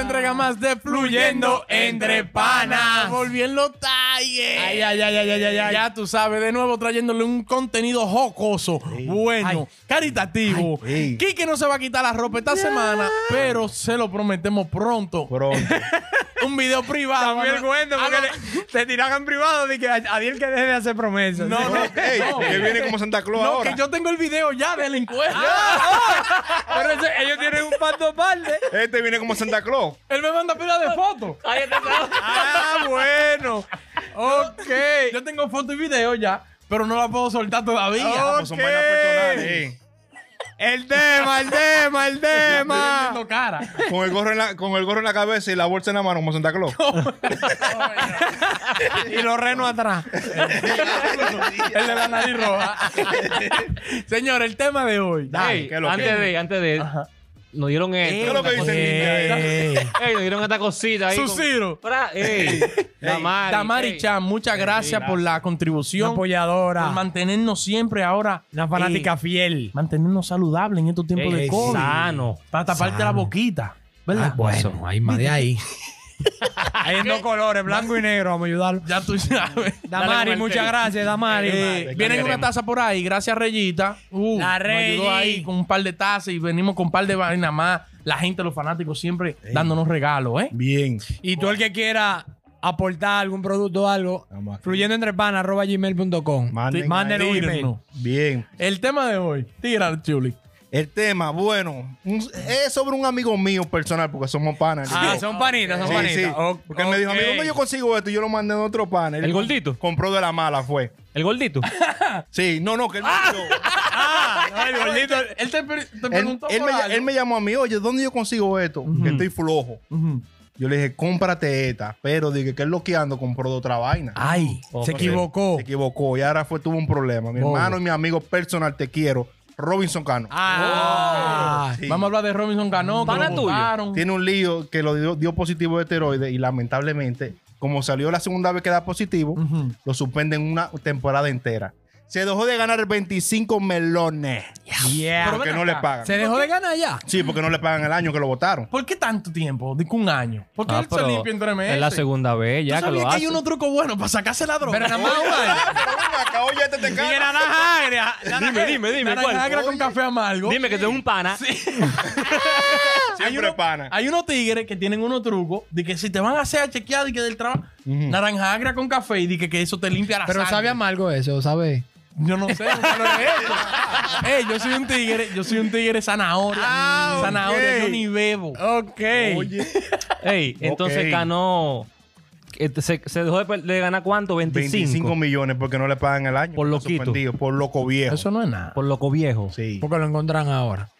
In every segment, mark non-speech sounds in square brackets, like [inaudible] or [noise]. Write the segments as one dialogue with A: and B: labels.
A: entrega más de Fluyendo Entre Panas.
B: Volviendo talle.
A: Ay, ay, ay, ay, ay, ay, ay. Ya tú sabes, de nuevo trayéndole un contenido jocoso, bueno, caritativo.
B: Ay, sí.
A: Quique no se va a quitar la ropa esta semana, pero se lo prometemos pronto.
B: Pronto.
A: [laughs] Un video privado.
C: También el
A: ¿no?
C: cuento,
A: Ah,
C: porque
A: no.
C: le, te tiran en privado de que a, a Diel que deje de hacer promesas.
A: No, no,
D: Ey, que viene como Santa Claus
A: No,
D: ahora.
A: que yo tengo el video ya del encuentro.
C: Pero ese- ellos tienen un pacto parte.
D: Este viene como
A: [laughs]
D: Santa Claus.
A: Él me manda pila de fotos.
C: Ah, bueno. Ok.
A: Yo tengo foto y video ya, pero no la puedo soltar
D: Ah,
A: todavía. Pues,
D: pues son vainas personales. eh.
C: El tema, el tema, el
A: Estoy
C: tema.
A: viendo cara.
D: Con el, gorro en la, con el gorro en la cabeza y la bolsa en la mano como Santa Claus.
C: y los renos atrás.
A: El de la nariz
C: [laughs]
A: roja. Señor, el tema de hoy.
D: Dale, que lo
E: antes
D: que-
E: de, antes de, nos dieron esto.
D: ¿Qué es lo que
E: esta
D: dice el
E: cosita.
A: Eh.
D: niño?
C: Eh,
E: Ey, nos dieron esta cosita ahí.
A: Suciro.
E: Pra- ey, Damari.
A: Tamari
E: ey.
A: Chan, muchas gracias por la
C: Una
A: contribución, por
C: apoyadora.
A: mantenernos siempre ahora.
C: Una fanática
A: eh,
C: fiel.
A: mantenernos saludables en estos tiempos
E: Ey,
A: de COVID.
E: Sano.
A: Para taparte la boquita. ¿Verdad?
B: Ah, bueno, hay más de ahí.
C: Hay en dos colores, blanco y negro. Vamos a ayudarlo.
A: Ya tú sabes. Dale,
C: Damari,
A: Marcel.
C: muchas gracias, Damari.
A: Eh, vienen una taza por ahí, gracias Reyita. Uh,
C: La
A: nos ayudó
C: Reyi.
A: ahí con un par de tazas y venimos con un par de vainas más. La gente, los fanáticos, siempre dándonos regalos, ¿eh?
D: Bien.
C: Y tú el que quiera aportar algún producto o algo,
D: Vamos aquí.
C: fluyendo entre pan, arroba gmail.com.
D: Manden
C: Mándenlo un
A: Tírenlo.
C: email.
D: Bien.
A: El tema de hoy, tira, Chuli.
D: El tema, bueno, un- es sobre un amigo mío personal, porque somos panas.
C: Ah,
D: Yo-
C: son panitas, son
D: Sí,
C: panitas.
D: sí.
C: O-
D: Porque él me dijo,
C: ok.
D: amigo, ¿dónde yo consigo esto? Y yo lo mandé en otro pan. Él
E: ¿El gordito?
D: Compró de la mala, fue.
E: El gordito.
D: Sí, no, no, que él me dijo-
C: Ah, no, el
D: [laughs]
C: gordito.
A: Él te, pre- te
D: él,
A: preguntó
D: él
A: por
D: me, ll-
A: algo.
D: él me llamó a mí, oye, ¿dónde yo consigo esto? Que estoy flojo.
A: Ujú.
D: Yo le dije, cómprate esta. Pero dije que él loqueando compró de otra vaina.
A: Ay,
C: Se equivocó.
D: Oh, pues Se equivocó. Y ahora fue, tuvo un problema. Mi
A: Bobo.
D: hermano y mi amigo personal, te quiero. Robinson Cano.
C: Ah.
D: Sí.
A: vamos a hablar de Robinson Cano.
E: Pana tuyo.
D: Tiene un lío que lo dio, dio positivo de esteroides y lamentablemente, como salió la segunda vez que da positivo,
A: Ujú.
D: lo suspenden una temporada entera. Se dejó de ganar 25 melones.
C: Yeah.
A: Pero
D: Porque
A: ven
D: no le
A: acá.
D: pagan.
C: Se dejó de ganar ya.
D: Sí, porque no le pagan el año que lo votaron.
A: ¿Por qué tanto tiempo? Digo un año. ¿Por qué
E: Ah,
A: él se
E: pero
A: limpia entre meses?
E: Es la segunda vez
A: ¿Tú
E: ya que
A: sabías
E: lo
A: que
E: hace.
A: hay unos trucos buenos para sacarse la droga?
C: Pero nada más un año.
A: [laughs]
D: Oye, este te
C: Y naranja agria.
E: Dime, dime, dime.
A: Naranja
E: ¿cuál?
A: agra con café amargo.
E: Dime que tú eres un pana.
A: hay
D: Siempre
A: uno-
D: pana.
A: Hay unos tigres que tienen unos trucos de que si te van a hacer a chequear de que del trabajo, naranja agra con café y de que, que eso te limpia la
B: Pero
A: sangre.
B: sabe amargo eso, ¿sabe?
A: Yo no sé, nunca lo he hecho. Ey, yo soy un tigre, yo soy un tigre zanahoria.
C: Ah,
A: zanahoria,
C: ok.
A: yo ni bebo.
C: Ok.
E: Ey, entonces
D: Ok.
E: ganó. este, Se, se dejó de, per- de ganar cuánto? 25.
D: 25 millones porque no le pagan el año.
E: Por
D: Está
E: loquito.
D: suspendido, Por loco viejo.
A: Eso no es nada.
E: Por loco viejo.
D: Sí.
B: Porque lo encuentran ahora.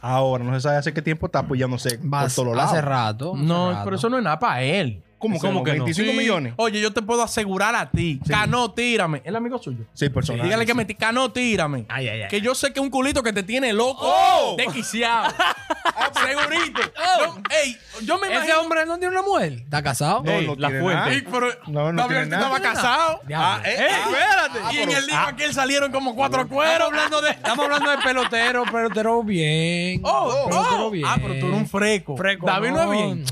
D: Ahora, no se sabe hace qué tiempo está, pues ya no sé.
B: Va-
D: por todos
B: hace
D: lados.
B: rato. hace
A: No,
B: rato.
A: pero eso no es nada para él.
D: ¿Cómo,
E: ¿Cómo
D: que
E: que
D: no?
E: no?
D: 25
A: Sí.
D: millones.
A: Oye, yo te puedo asegurar a ti. Cano, tírame. El amigo suyo.
D: Sí, personal.
A: Dígale que me ti- Cano, tírame.
B: Ay, ay, ay.
A: Que yo sé que un culito que te tiene loco,
D: ¡Oh!
A: desquiciado. Segurito. No, ey, yo me
B: Ese
A: imagino.
B: hombre no tiene una mujer. ¿Está casado?
D: No,
E: Ey,
D: no
E: la
D: tiene
E: fuente.
D: nada.
A: Ey, pero
D: No, no tiene
A: Gabriel este
D: nada.
A: estaba casado.
D: Ah,
B: Diablo.
D: eh,
C: Ey,
D: ah,
C: espérate.
D: ah,
A: y en
D: pero-
A: el día que él salieron como cuatro
C: Estamos
A: cueros.
C: hablando de, estamos hablando de pelotero, pelotero
B: Bien.
A: [laughs] Oh,
B: Pero
A: oh.
B: todo bien.
A: Ah, pero tú eres un freco.
C: Freco,
A: David no es bien.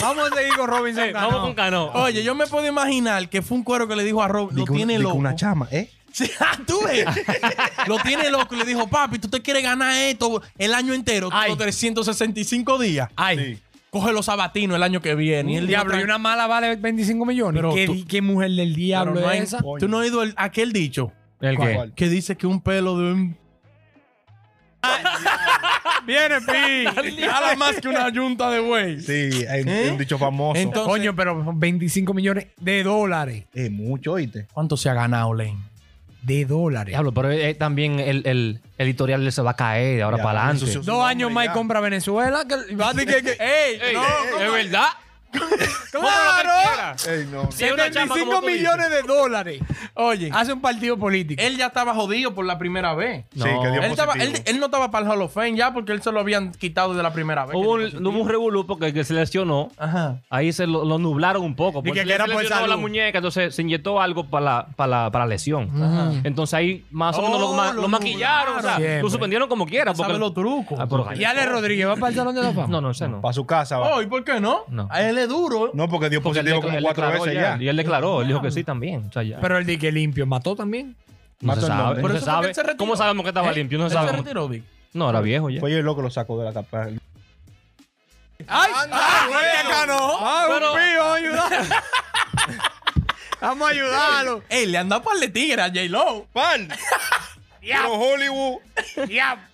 C: Vamos a seguir con Robinson.
E: Ey,
C: Cano.
E: vamos con Cano.
A: Oye, yo me puedo imaginar que fue un cuero que le dijo a Rob, lo
D: Digo,
A: tiene
D: digo
A: loco.
D: una chama, ¿eh?
A: Sí, [laughs] ah, tú ves. lo tiene loco y le dijo, papi, tú te quieres ganar esto el año entero,
C: Ay.
A: los 365 días.
C: Ay.
D: Sí.
A: Coge los sabatinos el año que viene. Y
C: El
A: él
C: diablo, y
A: dijo,
C: una mala vale 25 millones.
A: Pero
C: ¿Qué,
A: tú-
C: di- qué mujer del
A: "Pero
C: diablo
A: no hay-
C: es esa?
A: Tú no has oído el- aquel dicho
E: ¿El
D: ¿Cuál,
E: qué?
D: cuál?
A: que dice que un pelo de un [laughs]
C: Viene, Pi.
A: Nada más que una yunta de güey.
D: Sí, hay un- hay un dicho famoso.
A: Entonces-
C: Coño, pero son 25 millones de dólares.
D: es Eh, mucho, oíste.
A: ¿Cuánto se ha ganado, Len?
C: De dólares.
E: Diablo, pero eh, también el, el, el editorial se va a caer de ahora
D: Ya,
E: para
D: eso
E: adelante.
D: sí es un
C: Dos años
D: hombre
C: más y
D: ya.
C: compra Venezuela. Que, va a decir que, que- ¡Ey!
E: Ey,
C: no,
E: ¿Es verdad?
C: ¡Claro!
D: Ey, no.
E: Si una chama,
C: 75
E: como tú dices.
C: millones de dólares.
A: Oye,
C: Hace un partido político.
A: Ah, él ya estaba jodido por la primera vez.
D: Sí, que dio
A: Él, estaba-
D: positivo.
A: él- él no estaba para el Hall of Fame ya porque él se lo habían quitado de la primera vez.
E: Hubo
A: que
E: un,
A: dio
E: hubo
A: positivo.
E: un revolú porque el que se lesionó,
A: Ajá.
E: ahí se lo, lo nublaron un poco.
C: que
E: Porque
C: era por
E: lesionó
C: salud.
E: la muñeca, entonces se inyectó algo para la, para la, para la lesión. Entonces ahí más o menos lo,
A: Oh,
E: ma-
A: lo
E: lo maquillaron. O sea,
C: nublaron.
E: lo suspendieron como quiera. Porque
A: Sabe los trucos.
E: Ah, pero-
C: Y Ale Rodríguez va para el Salón de la Fama.
E: No, no, ese no.
D: Para su casa. va.
A: Oh, ¿y por qué no?
E: No.
A: A él es duro.
D: No, porque dio
E: Porque él
D: positivo
E: decla-
D: como
E: él
D: cuatro
E: declaró
D: veces
E: ya,
D: ya.
E: Y él declaró, él dijo que sí también. O sea, ya.
C: Pero el dique limpio mató también.
E: no se
D: Mató el
E: sabe.
D: nombre.
E: No
A: Por
E: se
A: eso fue que
E: sabe.
A: él se retiró.
E: ¿Cómo sabemos que estaba
A: ¿Eh?
E: limpio? No
A: Él
E: se
A: se
E: sabe.
A: retiró, Vic.
E: No, era viejo ya. [laughs]
D: Fue yo el loco que lo sacó de la capa.
C: ¡Ay! ¡Ah, acá no! ¡Ah,
E: Pero-
C: un pío, vamos a ayudarlo. Vamos a ayudarlo.
A: Ey, le anda para el tigre a J-Lo.
D: ¡Pan! Pero Hollywood,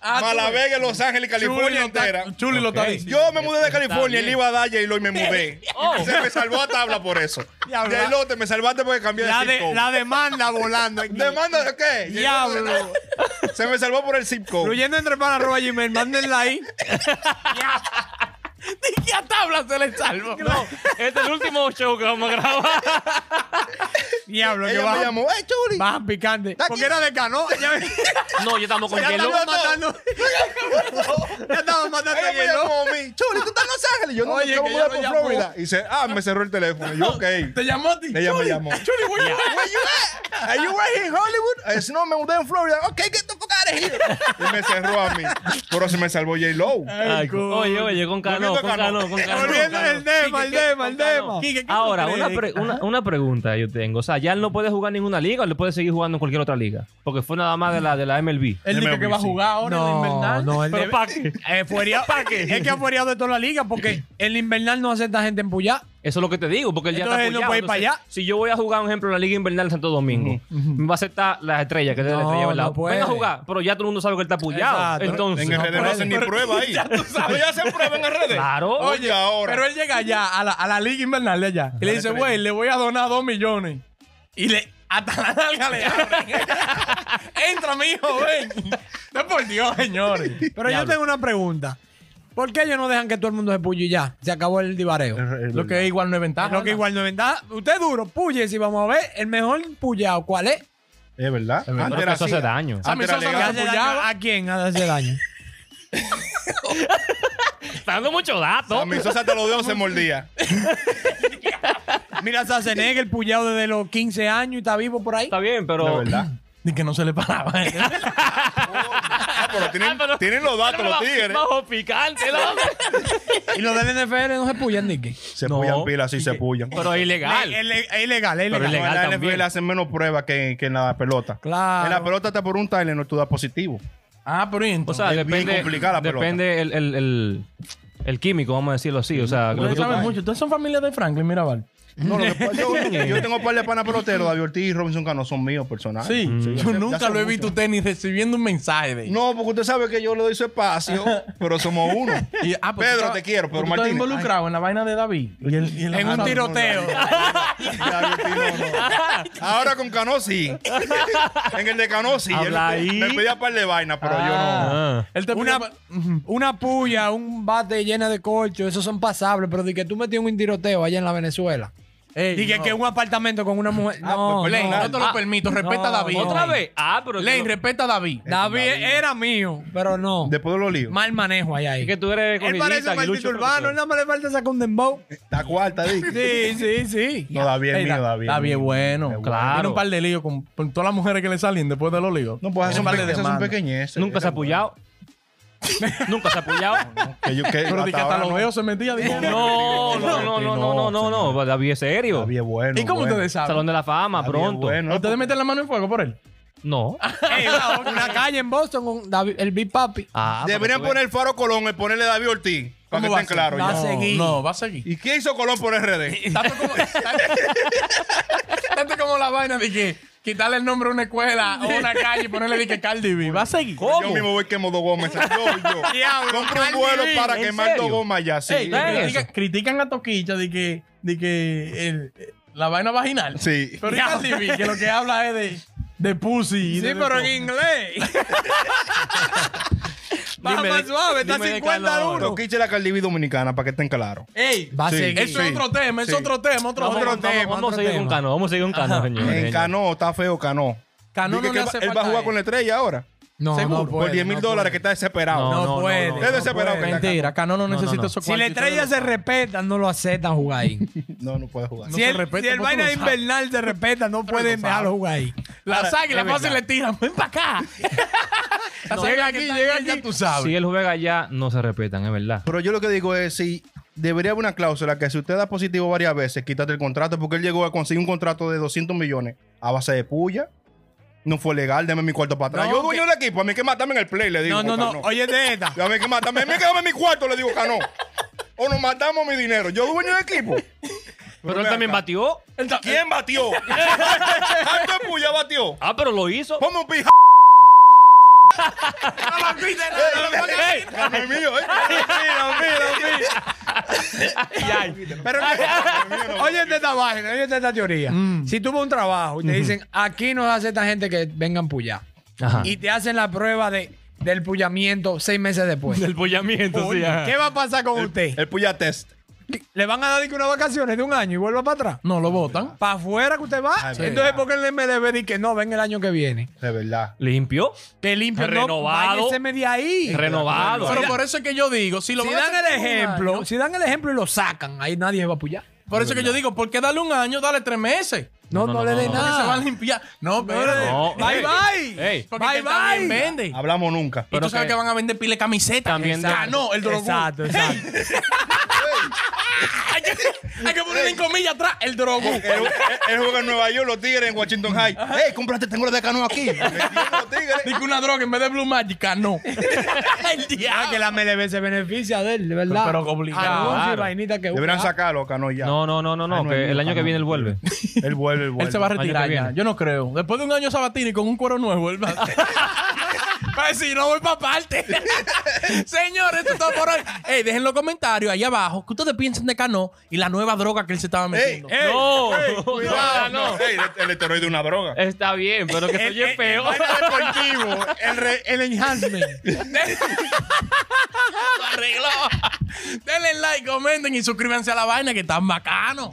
A: Ah, tú-
D: Malavega, Los Ángeles, California
A: Chuli lo está-
D: entera.
A: Chuli lo está
E: Ok.
A: diciendo.
D: Yo me mudé de California,
E: bien.
D: él iba a Daya y lo y me mudé.
E: Oh.
D: Se me salvó a tabla por eso.
C: Diablo.
D: Ya te me salvaste porque cambié de
C: La,
D: zip
C: de-
D: code.
C: la demanda [laughs] volando. aquí.
D: ¿Demanda de qué?
C: Diablo.
D: Se me salvó por el zip code.
C: Fluyendo entre para arroba Gmail, mándenla [laughs] ahí.
A: ¿Y a tabla se le salvo?
E: Este es el último show que vamos a grabar.
C: Diablo, que
D: Ella me
C: bajan,
D: llamó, ¡eh, Chuli!
C: bajan picante.
D: aquí.
C: Porque era de cano. Ya,
E: No, yo estamos con
C: ya
E: hielo.
C: estamos matando. [laughs] ya estamos matando
D: Ella
C: a
D: me
C: Yelo.
D: llamó a mí, Chuli, ¿tú estás en Los Ángeles? Yo no
A: Oye,
D: me quiero
A: que ella
D: mudar
A: me
D: por
A: llamó.
D: Florida. Y dice, ah, me cerró el teléfono. Y yo, ok.
A: ¿Te llamó a ti?
D: Ella me
A: Chuli.
D: llamó.
A: Chuli, güey.
D: Where you at? Are you right here in Hollywood? I said, no, me mudé en Florida. Ok, get the fuck out of here. Y me cerró a mí. Pero se me salvó J-Lo.
E: Ay, oye, oye, con Cano,
D: Volviendo a
E: con
D: Cano.
E: Cano, con Cano.
C: Volviendo
E: con
C: el
E: Cano.
C: tema, el tema, el tema.
A: Quique, ¿qué
E: Ahora,
A: tú
E: una,
A: crees?
E: pre- una, una pregunta yo tengo. O sea, ya él no puede jugar en ninguna liga o le puede seguir jugando en cualquier otra liga. Porque fue nada más de la, de la MLB.
A: Él dice que va a jugar ahora en el invernal.
C: no, el
E: Pero
C: de- [laughs]
E: ¿para qué?
C: Eh, fuereado- Es que ha fuereado de toda la liga [laughs] porque el invernal no acepta gente empullada.
E: Eso es lo que te digo, porque él ya
C: Entonces,
E: está
C: él no puede ir
E: apoyado.
C: para
E: Entonces, Si yo voy a jugar, por ejemplo, en la Liga Invernal de Santo Domingo, me va a aceptar las estrellas, que es de la
C: No,
E: estrella, ¿verdad?
C: no puede.
E: Venga a jugar, pero ya todo el mundo sabe que él está apoyado.
C: Exacto.
E: Entonces,
D: [laughs] En el RD no hacen ni prueba ahí. Ya hacen prueba en el RD.
E: claro.
D: Oye, ahora.
A: Pero él llega allá, a la, a la liga invernal de allá. Y le dice, güey, le voy a donar dos millones. Y le... Hasta la nalga le abren. [laughs] Entra, mi hijo, ven. No, por Dios, señores.
C: Pero yo
E: Diablo.
C: tengo una pregunta. ¿Por qué ellos no dejan que todo el mundo se pulle y ya? Se acabó el divareo.
A: Lo que es igual no es ventaja.
C: Lo que
A: ¿verdad?
C: igual no es ventaja. Usted es duro, puye, si vamos a ver el mejor pullado, ¿cuál es?
D: Es verdad.
E: verdad.
D: Antes
E: Pero
D: era
E: eso
D: así.
E: hace daño.
D: Antes
A: Sammy
D: era
A: Sosa
D: legal.
A: lo
C: ¿Hace daño
A: pullaba?
C: ¿A quién hace [laughs] daño?
E: Está dando mucho dato.
D: A mi sosa te lo dio, se mordía.
C: Mira, Sazenegger, el pullado desde los 15 años y está vivo por ahí.
E: Está bien,
D: De
E: pero.
D: verdad.
A: Ni que no se le paraba.
D: Ah, pero
E: Ah,
D: tienen,
E: pero-
D: tienen los datos
E: pero
D: los
E: bajo-
D: tigres.
E: Bajo picante,
C: [laughs]
E: ¿no?
C: Y los del NFL no se pullan, Nicky.
D: Se
E: No.
D: pullan pilas, sí se pullan.
E: Pero es ilegal.
C: Es le- es ilegal, es ilegal.
E: Pero es
D: en
E: legal
D: la
E: también.
D: NFL hacen menos pruebas que, que en la pelota.
C: Claro.
D: En la pelota está por un Tylenol, tú das positivo.
A: ah, pero ¿y
E: O
A: entonces?
E: sea,
D: Es bien
E: depende.
D: complicada la pelota.
E: Depende el, el, el, el químico, vamos a decirlo así. O sea, lo que
A: Ustedes
E: tú-
A: saben mucho. Ustedes son familia de Franklin, mira, Val.
D: No, lo que pasa- yo, yo tengo un par de panas peloteros, David Ortiz y Robinson Cano son míos personales.
A: Sí.
D: ya
A: Yo
D: sé- ya
A: nunca
D: sé
A: lo he
D: mucho.
A: visto a usted ni recibiendo un mensaje de
D: No, porque usted sabe que yo le doy su espacio, pero somos uno.
A: Y- ah, pues tú
D: Pedro,
A: estás-
D: te quiero, Pedro
A: tú
D: Martínez.
A: Estás involucrado en la vaina de David. Y el- y el-
C: En
A: ah,
C: un
A: no,
C: tiroteo.
D: David Ortiz, no, no. Ahora con Cano sí. en el de Cano sí. Él
E: Habla ahí.
D: Me pedía un par de vainas, pero yo no.
E: Ah.
A: Él te
C: Una,
A: pidió-
C: una puya, un bate lleno de corcho, esos son pasables, pero de que tú metías un tiroteo allá en la Venezuela.
A: Ey,
C: Dije
A: no.
C: que un apartamento con una mujer.
D: Ah,
C: no,
D: pues,
A: Len,
C: no.
A: no, te lo
E: Ah,
A: permito. Respeta
C: no,
A: a David.
E: ¿Otra vez? Ah, pero. que
A: Len,
E: no-
A: respeta a David.
C: David era mío, pero no.
D: Después de los líos.
C: Mal manejo allá ahí.
E: Es que tú eres
C: Él
E: corridita,
C: parece un
E: aguilucho,
C: maldito urbano, él nada más le falta sacar un dembow.
D: Está cuarta, Dick.
C: Sí, sí, sí.
D: No, David es
A: Ey,
D: mío,
A: Da-
D: David. es
A: David es
D: mío.
A: bueno.
E: Claro.
A: Tiene un par de líos con, con todas las mujeres que le salen después de los líos.
D: No, pues hace un, eh.
A: par
D: pe
A: de
D: esas son
A: demandas.
D: pequeñeces.
E: Nunca se ha
D: Era bueno.
E: apoyado. [laughs] Nunca se ha apoyado.
D: Que yo, que
A: [laughs] Pero de que hasta
D: ahora
A: los
D: no.
A: veo se metía. dije,
E: No, no, no, no, no, no, no, no. David es serio.
D: David es bueno.
A: ¿Y cómo
D: bueno.
A: ustedes saben?
E: Salón de la fama,
D: David es
E: pronto.
D: Bueno,
A: ¿Ustedes meten la mano en fuego por [laughs] él?
E: [laughs] No.
C: Ey, una, una calle en Boston, un David- el Big Papi.
E: Ah,
D: Deberían
E: para que tú
D: poner el faro Colón y ponerle David Ortiz. Para que
A: ¿Cómo va
D: estén
A: a ser?
D: claros
C: Va
D: ya.
C: a seguir.
A: No, va a seguir.
D: ¿Y qué hizo Colón por
A: [laughs]
D: RD?
A: Tanto como, tanto- tanto como la vaina de que quitarle el nombre a una escuela o una calle y ponerle de que Cardi B. Va a seguir.
D: Yo mismo voy quemo dos gomas. Yo, yo.
A: [laughs]
C: Diablo,
D: Compro un
C: Cardi
D: vuelo
C: B,
D: para
E: ¿en
D: quemar dos
E: serio?
D: gomas ya. Sí.
A: Ey,
E: ¿qué es
A: critica-
E: eso?
A: critican a Toquilla de que, de que el- la vaina vaginal.
D: Sí.
A: Pero es Cardi B, que lo que habla es de, de pussy. y
C: Sí,
A: de-
C: pero en inglés.
E: veas.
A: Baja
F: Dime
A: más
F: de-
A: suave, está
F: dime de
A: 50 a
F: calor.
A: 1.
D: Los quiches de la Caldiví Dominicana, para que estén claros.
A: Ey,
B: Va a
D: Sí.
B: seguir.
A: eso es
D: Sí,
A: otro tema, es
D: sí.
A: otro tema, otro,
E: Vamos,
A: tema.
E: vamos, vamos a seguir con Cano, vamos a seguir con Cano, señores.
D: En Cano, está feo Cano.
A: Cano
D: Dice
A: no
D: que
A: le
D: él va-
A: hace
D: él va
A: falta
D: a jugar
A: él.
D: con la estrella ahora.
B: No,
A: Seguro.
B: no
D: Por 10 mil dólares, que está desesperado.
A: No,
E: No, no,
A: puede.
E: no,
A: No,
E: no,
D: no
A: desesperado.
D: puede.
A: Mentira, Cano no necesita
E: no.
A: esos
C: Si la
A: cuartos,
C: estrella
A: eso no
C: se respeta, no lo aceptan jugar [laughs] ahí.
D: [laughs] No, no puede jugar.
C: si el,
A: respeta,
C: si el
A: ¿cómo tú
C: vaina
A: lo
C: de
A: sabes?
C: invernal se respeta, no pueden dejarlo jugar ahí.
A: Las águilas
D: es
A: fácil
D: verdad.
A: le tiran, ven para
C: [laughs]
A: acá. llega aquí, llega aquí.
B: tú sabes.
E: Si él juega allá, no se respetan, es verdad.
D: Pero yo lo que digo es, si debería haber una cláusula que si usted da positivo varias veces, quítate el contrato, porque él llegó a conseguir un contrato de 200 millones a base de puya. No fue legal, deme mi cuarto para atrás.
C: No,
D: yo dueño del equipo, a mí hay que matarme en el play, le digo.
C: No, no,
D: Cano.
C: no. Oye, de esta.
D: [laughs] A mí hay que matarme, a mí hay que darme mi cuarto, le digo, Cano. O nos matamos mi dinero. Yo dueño del equipo.
E: Pero él
D: ven
E: también
D: acá.
E: batió.
D: [laughs] ¿Quién batió? ¿Cuánto de puya batió?
E: Ah, pero lo hizo.
D: Ponme un pija. Ey, ey, Cano es mío, eh. [laughs] Pero que-
C: Oye, esta vaina, oye, esta teoría.
A: Mm.
C: Si tú vas a un trabajo y te dicen, aquí nos hace esta gente que vengan puyar.
E: Ajá.
C: Y te hacen la prueba de, del puyamiento seis meses después.
E: Del pollamiento, sí. ajá.
C: ¿Qué va a pasar con usted?
D: El puya test.
C: ¿Le van a dar una vacaciones de un año y vuelva para atrás?
A: No lo votan.
C: ¿Para afuera que usted va?
D: Ah, es
C: Entonces,
D: verdad.
C: ¿por qué el MLB dice que no, ven el año que viene?
D: De verdad.
E: Limpió,
C: Que limpio, no,
E: Renovado.
C: váyaseme de ahí.
E: renovado.
A: Pero por eso es que yo digo, si lo
C: si
A: van a
C: dan
A: sacar
C: el
A: un
C: ejemplo,
A: año,
C: si dan el ejemplo y lo sacan, ahí nadie se va a apoyar.
A: por eso que yo digo, ¿por qué darle un año? Dale tres meses.
C: No, no,
E: No, no,
C: le
E: no, no,
C: den
E: no.
A: Porque se van a
C: nada.
A: limpiar. No, pero.
E: No.
C: Bye
E: Ey,
C: bye.
E: ey.
A: Porque
C: Bye,
A: bye, bye.
C: bye.
A: vende.
D: Hablamos nunca.
A: Y
E: Pero
A: tú sabes
E: que-
A: que van a vender pile de camisetas.
E: También de-
A: ganó el Drogu. [laughs]
C: Exacto, exacto.
A: hay, que, hay que ponerle en comillas atrás el Drogu.
D: Él, él- él juega en Nueva York, los Tigres en Washington High. ¡Ey, cómprate! Tengo la de Cano [laughs] aquí. Le dieron los Tigres.
A: Dice una droga en vez de Blue Magic, ganó. el
C: Ah, que
A: diablo.
C: la MLB se beneficia de él, de verdad.
A: Pero- pero obligado.
C: Anuncio y
E: Claro.
C: vainita que
D: Deberían
C: busca.
D: sacarlo a Cano ya.
E: No, no, no, no,
D: Ay,
E: no.
D: no,
E: Que el
D: no,
E: año que
D: no.
E: viene él vuelve.
D: Él vuelve, él vuelve.
A: Él se va a
E: año que
A: retirar ya.
E: viene.
A: Yo no creo. Después de un año sabatini con un cuero nuevo, él va a decir, no voy para parte. Señores, esto es todo por hoy. Ey, dejen los comentarios ahí abajo que ustedes piensan de Cano y la nueva droga que él se estaba metiendo.
D: ey,
E: No,
D: Cuidado, Eh,
E: no, no.
D: Ah, no. Ey, el, el esteroide es una droga. [laughs]
E: Está bien, pero que se oye feo.
D: deportivo. El re- el
C: Enhancement.
A: [laughs] Lo arregló. Denle like, comenten y suscríbanse a la vaina que están bacanos.